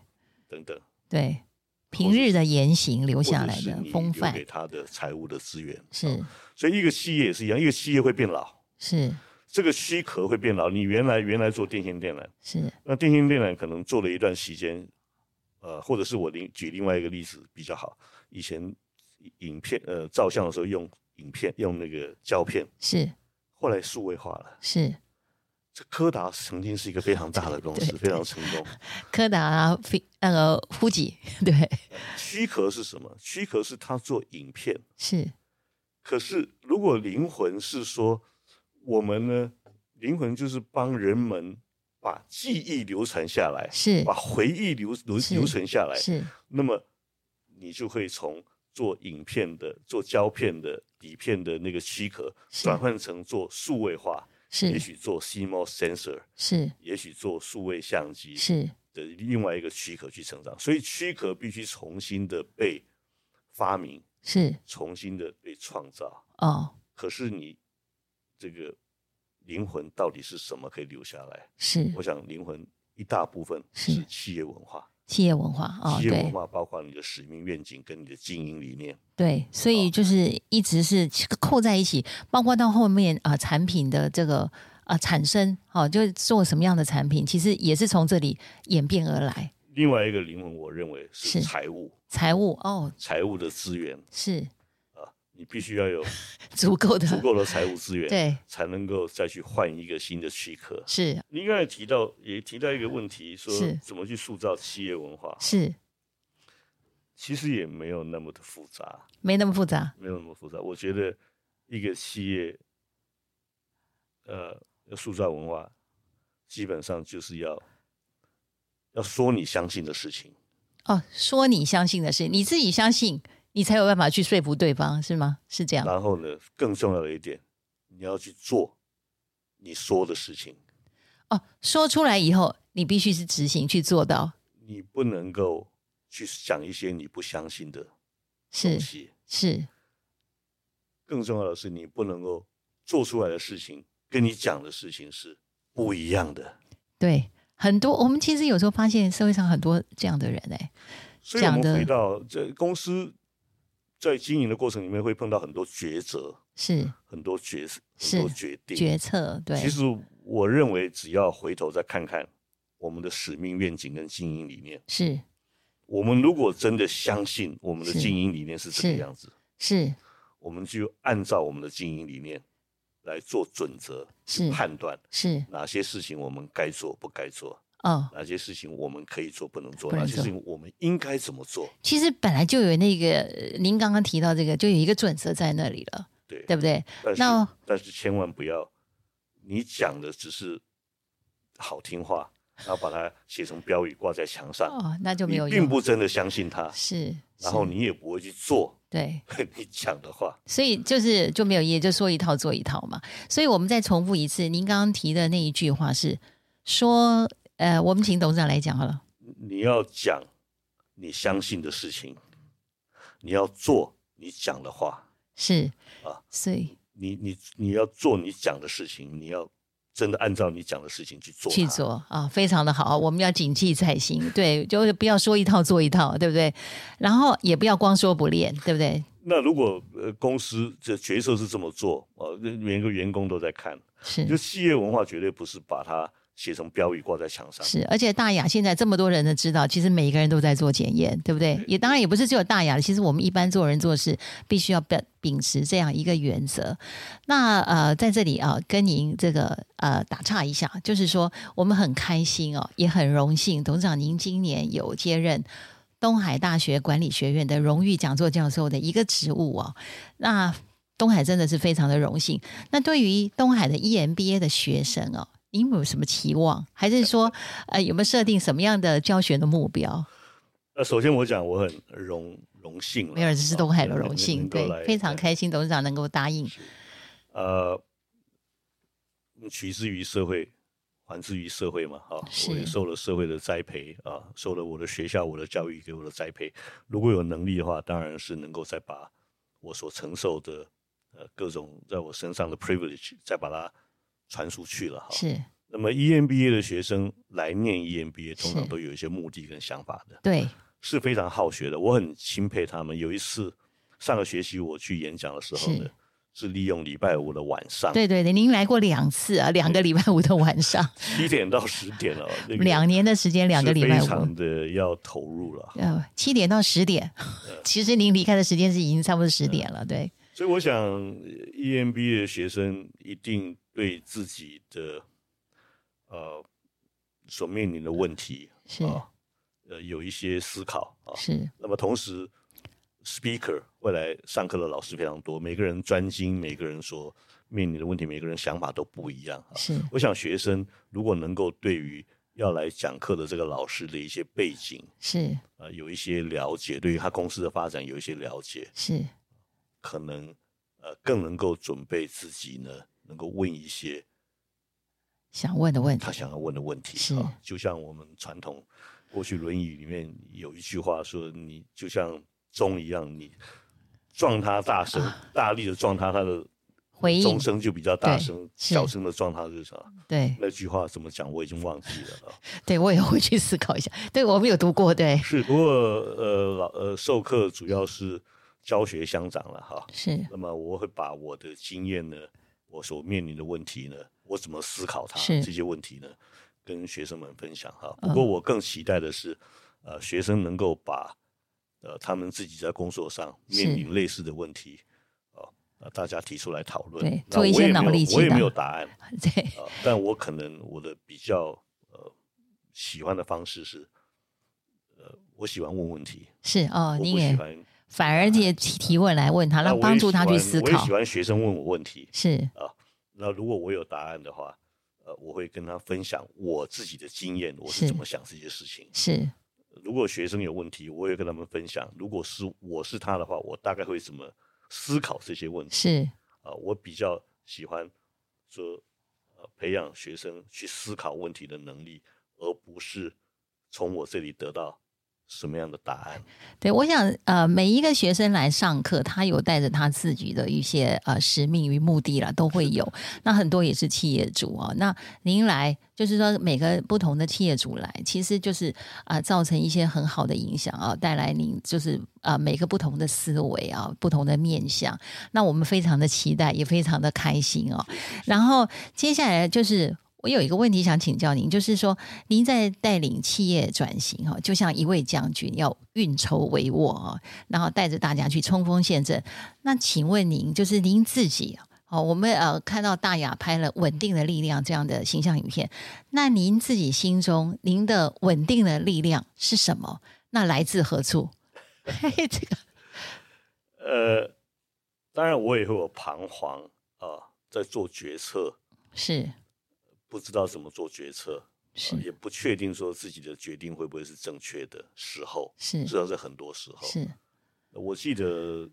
等等，对，平或者日的言行留或下者来是的你风留范给，他的财务的资源。是所以一个企业也是一样，一个企业会变老，是这个躯壳会变老。你原来原来做电线电缆，是那电信电缆可能做了一段时间，呃，或者是我另举另外一个例子比较好。以前影片呃照相的时候用影片用那个胶片，是后来数位化了。是，这柯达曾经是一个非常大的公司，对对非常成功。柯达啊，菲那个呼吉， 对，躯壳是什么？躯壳是他做影片，是可是如果灵魂是说我们呢，灵魂就是帮人们把记忆流传下来，是把回忆留留是留存下来，是那么你就会从做影片的、做胶片的、底片的那个躯壳，是转换成做数位化，是也许做 CMOS sensor，是也许做数位相机是的另外一个躯壳去成长。所以躯壳必须重新的被发明，是重新的被创造。哦，可是你这个灵魂到底是什么可以留下来？是我想灵魂一大部分嗯是是企业文化，企业文化哦，企业文对化包括你的使命、愿景跟你的经营理念。对，哦所以就是一直是扣在一起，包括到后面啊、呃产品的这个啊、呃产生，哦，就是做什么样的产品，其实也是从这里演变而来。另外一个灵魂，我认为是是财务，财务哦，财务的资源是啊，你必须 要有足够的，足够的财务资源，对，才能够再去换一个新的躯壳。是您刚才提到也提到一个问题，说是怎么去塑造企业文化，是其实也没有那么的复杂。没那么复杂，没有那么复杂。我觉得一个企业，呃，要塑造文化，基本上就是要要说你相信的事情。哦，说你相信的事，你自己相信，你才有办法去说服对方，是吗？是这样，然后呢，更重要的一点，你要去做你说的事情，哦，说出来以后，你必须是执行去做到，你不能够去想一些你不相信的是东西。是更重要的是，你不能够做出来的事情跟你讲的事情是不一样的。对。很多，我们其实有时候发现社会上很多这样的人、哎，所以我讲的们回到这公司在经营的过程里面，会碰到很多抉择，是很多决是很多决定。决策，对，其实我认为，只要回头再看看我们的使命、愿景跟经营理念，是我们如果真的相信我们的是经营理念是这个是样子，是我们就按照我们的经营理念来做准则，是去判断是哪些事情我们该做不该做，哦，哪些事情我们可以做不能做，不能哪做些事情我们应该怎么做。其实本来就有那个，呃您刚刚提到这个，就有一个准则在那里了，对，对不对？但是那但是千万不要，你讲的只是好听话，然后把它写成标语挂在墙上，哦，那就没有你用并，不真的相信它，是，然后是你也不会去做 对，你讲的话。所以就是就没有也就说一套做一套嘛。所以我们再重复一次，您刚刚提的那一句话是说，呃，我们请董事长来讲好了，你要讲你相信的事情，你要做你讲的话，是啊，所以你你你要做你讲的事情，你要真的按照你讲的事情去做去它。做啊，非常的好，我们要谨记在心，对，就是不要说一套做一套，对不对？然后也不要光说不练，对不对？那如果呃公司这哦决策是这么做，呃，每个员工都在看，就是企业文化绝对不是把它写成标语挂在墙上。是，而且大雅现在这么多人都知道，其实每一个人都在做检验，对不对？也当然也不是只有大雅，其实我们一般做人做事必须要秉秉持这样一个原则。那呃，在这里啊，跟您这个呃打岔一下，就是说我们很开心哦，也很荣幸，董事长您今年有接任。东海大学管理学院的荣誉讲座教授的一个职务哦，那东海真的是非常的荣幸。那对于东海的 E EMBA 的学生哦，你有没有什么期望？还是说，呃，有没有设定什么样的教学的目标？呃，首先我讲我很荣荣幸啦，没有，这是啊东海的能荣幸，能够对，来非常开心，董事长能够答应，呃，取之于社会，还之于社会嘛，哈、我也是受了社会的栽培啊，受了我的学校、我的教育给我的栽培。如果有能力的话，当然是能够再把我所承受的呃各种在我身上的 privilege 再把它传出去了哈。是那么 E EMBA 的学生来念 E EMBA，通常是都有一些目的跟想法的，对，是非常好学的。我很钦佩他们。有一次上个学期我去演讲的时候呢是，是利用礼拜五的晚上，对对对，您来过两次啊，两个礼拜五的晚上，七点到十 点哦，那个两年的时间，两个礼拜是非五常，的要投入了。呃，七点到十点，嗯其实您离开的时间是已经差不多十点了，对，所以我想，EMBA，E 的学生一定对自己的呃所面临的问题是啊，呃有一些思考啊。是那么同时，speaker 未来上课的老师非常多，每个人专精，每个人所面临的问题，每个人想法都不一样啊。是我想学生如果能够对于要来讲课的这个老师的一些背景，是呃，有一些了解，对于他公司的发展有一些了解，是可能呃更能够准备自己呢，能够问一些想问的问题他，想要问的问题。是啊，就像我们传统过去《论语》里面有一句话说：“你就像钟一样，你撞他大声，大力的撞他，他的啊回应钟声就比较大对声；是小声的撞他就是啥？对那句话怎么讲？我已经忘记 了啊。对，我也会去思考一下。对我们有读过，对，是，不过呃老呃授课主要是教学相长了哈。是那么我会把我的经验呢，我所面临的问题呢，我怎么思考它是这些问题呢，跟学生们分享哈。嗯不过我更期待的是，呃，学生能够把呃他们自己在工作上是面临类似的问题，哦呃，大家提出来讨论，对那做一我些也没脑有力激我也没荡有答案啊、对，呃但我可能我的比较呃喜欢的方式是，呃，我喜欢问问题，是我哦，不你喜也欢。反而也提提问来问他，那让我帮也助喜他去欢思我也考喜。欢学生问我问题，是那如果我有答案的话，呃，我会跟他分享我自己的经验，我是是怎么想这些事情。是如果学生有问题，我也跟他们分享。如果是我是他的话，我大概会怎么思考这些问题是啊、我比较喜欢说，呃，培养学生去思考问题的能力，而不是从我这里得到什么样的答案。对，我想呃，每一个学生来上课，他有带着他自己的一些呃使命与目的啦，都会有。那很多也是企业主啊、那您来就是说每个不同的企业主来，其实就是啊、呃造成一些很好的影响啊、带来您就是啊、呃每个不同的思维啊、不同的面向。那我们非常的期待，也非常的开心哦。然后接下来就是。我有一个问题想请教您，就是说您在带领企业转型哈，就像一位将军要运筹帷幄啊，然后带着大家去冲锋陷阵。那请问您，就是您自己哦，我们呃看到大雅拍了《稳定的力量》这样的形象影片，那您自己心中您的稳定的力量是什么？那来自何处？ 嘿嘿这个呃，当然我也会有彷徨啊、在做决策。是不知道怎么做决策，是呃也不确定说自己的决定会不会是正确的时候，是至少是很多时候。是我记得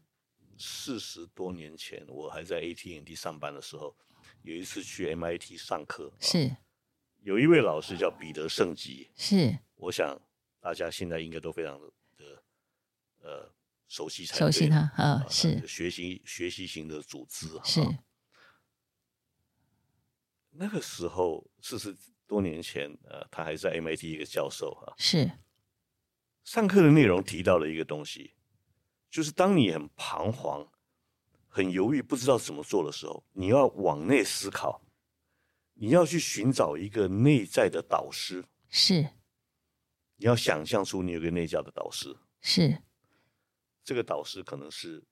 四十多年前，我还在 AT&T 上班的时候，有一次去 MIT 上课，啊是有一位老师叫彼得圣吉，是我想大家现在应该都非常的呃熟悉才熟悉对他呃啊是学习学习型的组织哈是那个时候四十多年前，呃，他还在 MIT 一个教授啊，是上课的内容提到了一个东西，就是当你很彷徨、很犹豫、不知道怎么做的时候，你要往内思考，你要去寻找一个内在的导师，是你要想象出你有个内在的导师，是这个导师可能是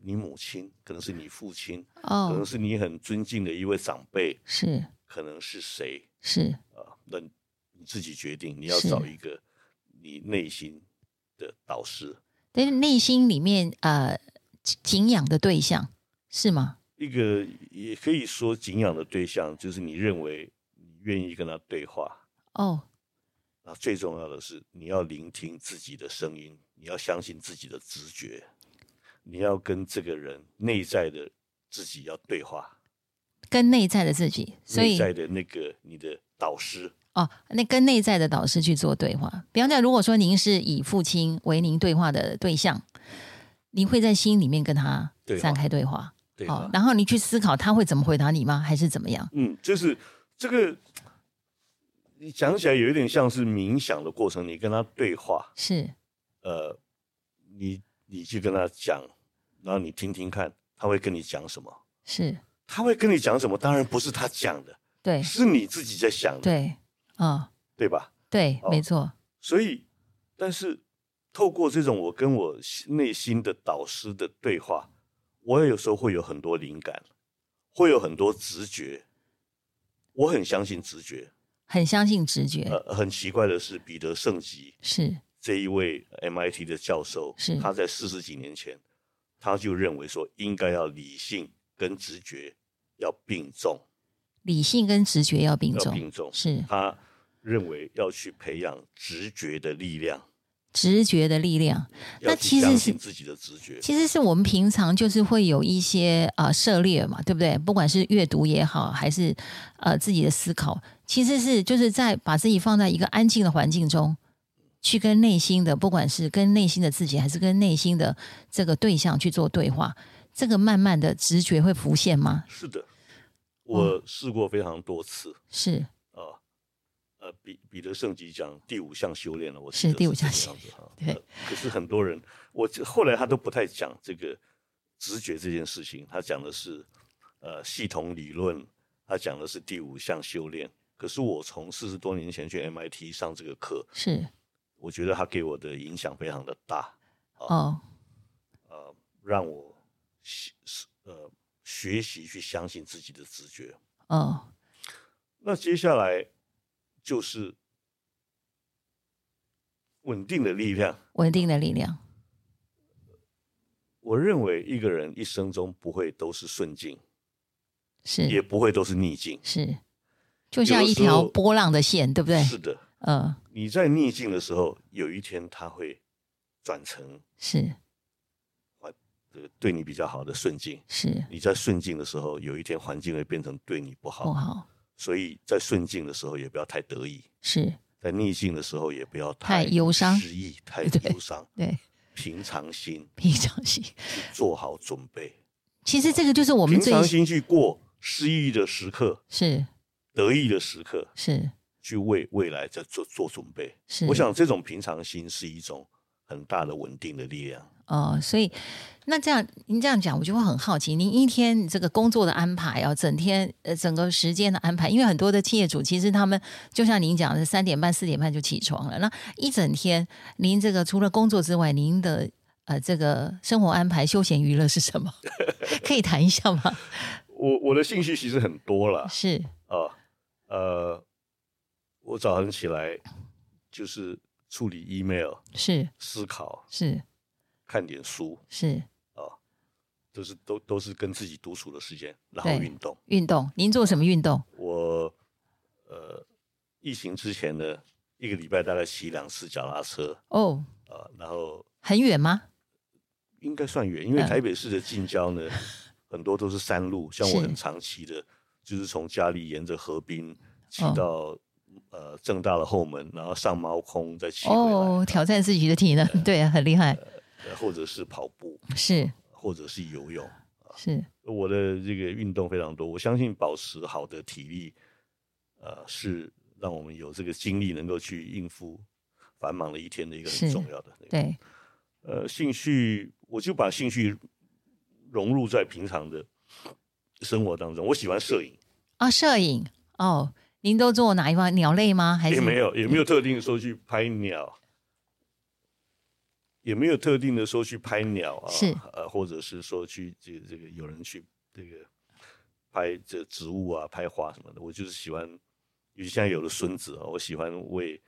你母亲，可能是你父亲，可能哦，是你很尊敬的一位长辈，是可能是谁是啊？那你自己决定，你要是找一个你内心的导师，但是内心里面呃敬仰的对象是吗？一个也可以说敬仰的对象，就是你认为你愿意跟他对话。哦，啊，最重要的是你要聆听自己的声音，你要相信自己的直觉，你要跟这个人内在的自己要对话，跟内在的自己，所内以在的那个你的导师，哦，那跟内在的导师去做对话。比方讲，如果说您是以父亲为您对话的对象，你会在心里面跟他对话展开对话，对吧？哦，然后你去思考他会怎么回答你吗？还是怎么样？嗯，就是这个，你讲起来有一点像是冥想的过程，你跟他对话，是呃，你你去跟他讲，然后你听听看他会跟你讲什么，是，他会跟你讲什么，当然不是他讲的，对是你自己在想的，对，哦，对吧？对，哦没错，所以，但是透过这种我跟我内心的导师的对话，我也有时候会有很多灵感，会有很多直觉。我很相信直觉。很相信直觉，呃，很奇怪的是，彼得圣吉是这一位 MIT 的教授是，他在四十几年前，他就认为说应该要理性跟直觉要并重，理性跟直觉要并要重，并重。是他认为要去培养直觉的力量，直觉的力量。那要去其实相是信自己的直觉。其实是我们平常就是会有一些呃涉猎嘛，对不对？不管是阅读也好，还是呃自己的思考，其实是就是在把自己放在一个安静的环境中，去跟内心的，不管是跟内心的自己，还是跟内心的这个对象去做对话，这个慢慢的直觉会浮现吗？是的，嗯我试过非常多次是啊。呃，彼彼得圣吉讲第五项修炼了，我记是得第五这项个修样子啊 对呃可是很多人，我这后来他都不太讲这个直觉这件事情，他讲的是呃系统理论，他讲的是第五项修炼。可是我从四十多年前去 MIT 上这个课，是我觉得他给我的影响非常的大，哦，呃，让我学呃学习去相信自己的直觉。哦，那接下来就是稳定的力量。稳定的力量我认为一个人一生中不会都是顺境，也是不会都是逆境。是，就像一有的时候条波浪的线，对不对？是的，呃，你在逆境的时候，有一天它会转成是这个对你比较好的顺境；是你在顺境的时候，有一天环境会变成对你不不好。哦好所以在顺境的时候，也不要太得意；是。在逆境的时候，也不要太忧伤失意、太对忧伤。对， 平常心平常心。去做好准备。其实这个就是我们平最常心去过失意的时刻、是得意的时刻，是去为未来在做做准备。是，我想这种平常心是一种很大的稳定的力量。哦，所以那这样您这样讲，我就会很好奇，您一天这个工作的安排啊，整天呃整个时间的安排，因为很多的企业主其实他们就像您讲的，三点半四点半就起床了，那一整天您这个除了工作之外，您的。呃，这个生活安排、休闲娱乐是什么？ 可以谈一下 吗？我我的兴趣其实很多 了是啊，呃，我早上起来就是处理 email、是思考、是看点书，是，都是都都是跟自己独处的时间，然后对运动。运动。您做什么运动？我呃，疫情之前呢，一个礼拜大概骑两次脚踏车哦，啊、然后很远吗？应该算远，因为嗯台北市的近郊 呢，很多都是山路，像我是很常骑的，就是从家里沿着河滨骑哦到、呃正大的后门，然后上猫空再骑回来、哦，挑战自己的体能，对，啊很厉害，呃或者是跑步，是或者是游泳。是我的这个运动非常多，我相信保持好的体力，呃，是让我们有这个精力能够去应付繁忙的一天的一个是很重要的。，对，呃，兴趣我就把兴趣融入在平常的生活当中。我喜欢摄影，啊，摄影哦，您都做哪一方？鸟类吗？还也是嗯没有也没有特定说去拍鸟，也没有特定的说去拍鸟啊，是呃，或者是说去这个这个有人去这个拍这植物啊、拍花什么的。我就是喜欢，尤其现在有了孙子啊，我喜欢为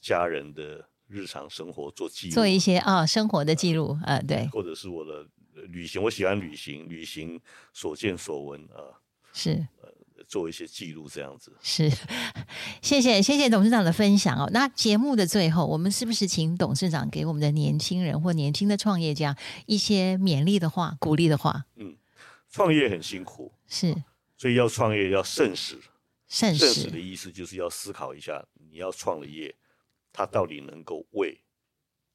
家人的日常生活做记录，做一些啊、生活的记录？嗯呃，对，或者是我的呃旅行，我喜欢旅行，旅行所见所闻啊，是做一些记录这样子。是， 谢谢谢谢董事长的分享哦。那节目的最后，我们是不是请董事长给我们的年轻人或年轻的创业家一些勉励的话、鼓励的话？创业很辛苦，是所以要创业要慎始。慎慎始的始，意思就是要思考一下，你要创的业，它到底能够为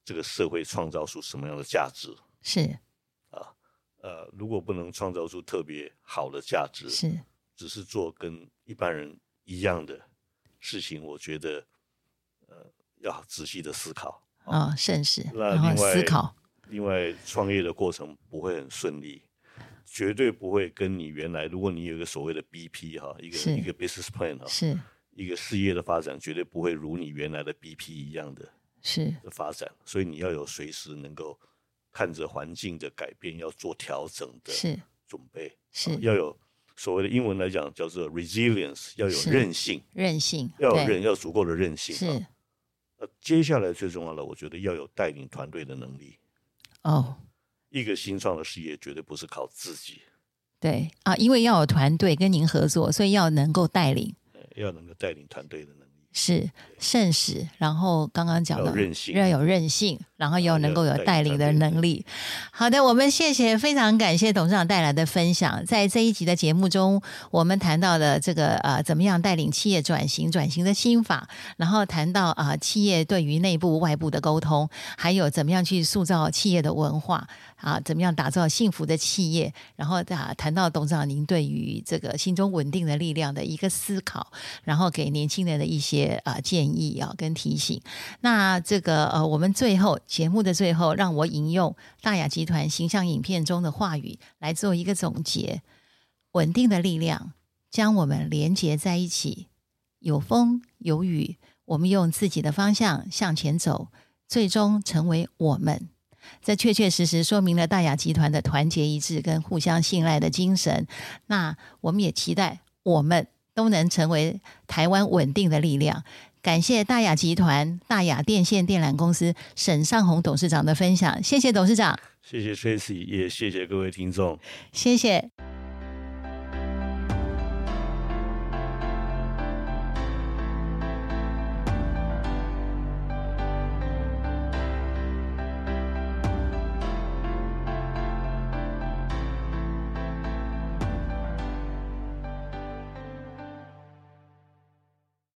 这个社会创造出什么样的价值？是呃，如果不能创造出特别好的价值，是只是做跟一般人一样的事情，我觉得呃要仔细的思考。啊、慎始，那然后另外思考，另外，创业的过程不会很顺利，绝对不会跟你原来，如果你有一个所谓的 BP 哈，一个是一个 business plan 哈，是一个事业的发展，绝对不会如你原来的 BP 一样的。是的发展，所以你要有随时能够看着环境的改变要做调整的是准备，是呃要有所谓的英文来讲叫做 resilience，要有是韧性，任性，要有对韧，要有足够的韧性。是啊呃，接下来最重要的，我觉得要有带领团队的能力。哦。一个新创的事业绝对不是靠自己，对啊，因为要有团队跟您合作，所以要能够带领，呃要能够带领团队的能力，是慎始，然后刚刚讲要有的韧性要有韧性，然后要能够有要有带带领领的能力。好的，我们谢谢，非常感谢董事长带来的分享。在这一集的节目中，我们谈到了这个呃，怎么样带领企业转型，转型的心法，然后谈到啊、呃企业对于内部外部的沟通，还有怎么样去塑造企业的文化啊，怎么样打造幸福的企业，然后啊，谈到董事长您对于这个心中稳定的力量的一个思考，然后给年轻人的一些啊、呃建议啊跟提醒。那这个呃，我们最后节目的最后，让我引用大雅集团形象影片中的话语来做一个总结：稳定的力量将我们连结在一起，有风有雨，我们用自己的方向向前走，最终成为我们。这确确实实说明了大雅集团的团结一致跟互相信赖的精神。那我们也期待我们都能成为台湾稳定的力量。感谢大雅集团、大雅电线电缆公司沈尚红董事长的分享，谢谢董事长，谢谢 Tracy，也谢谢各位听众。谢谢。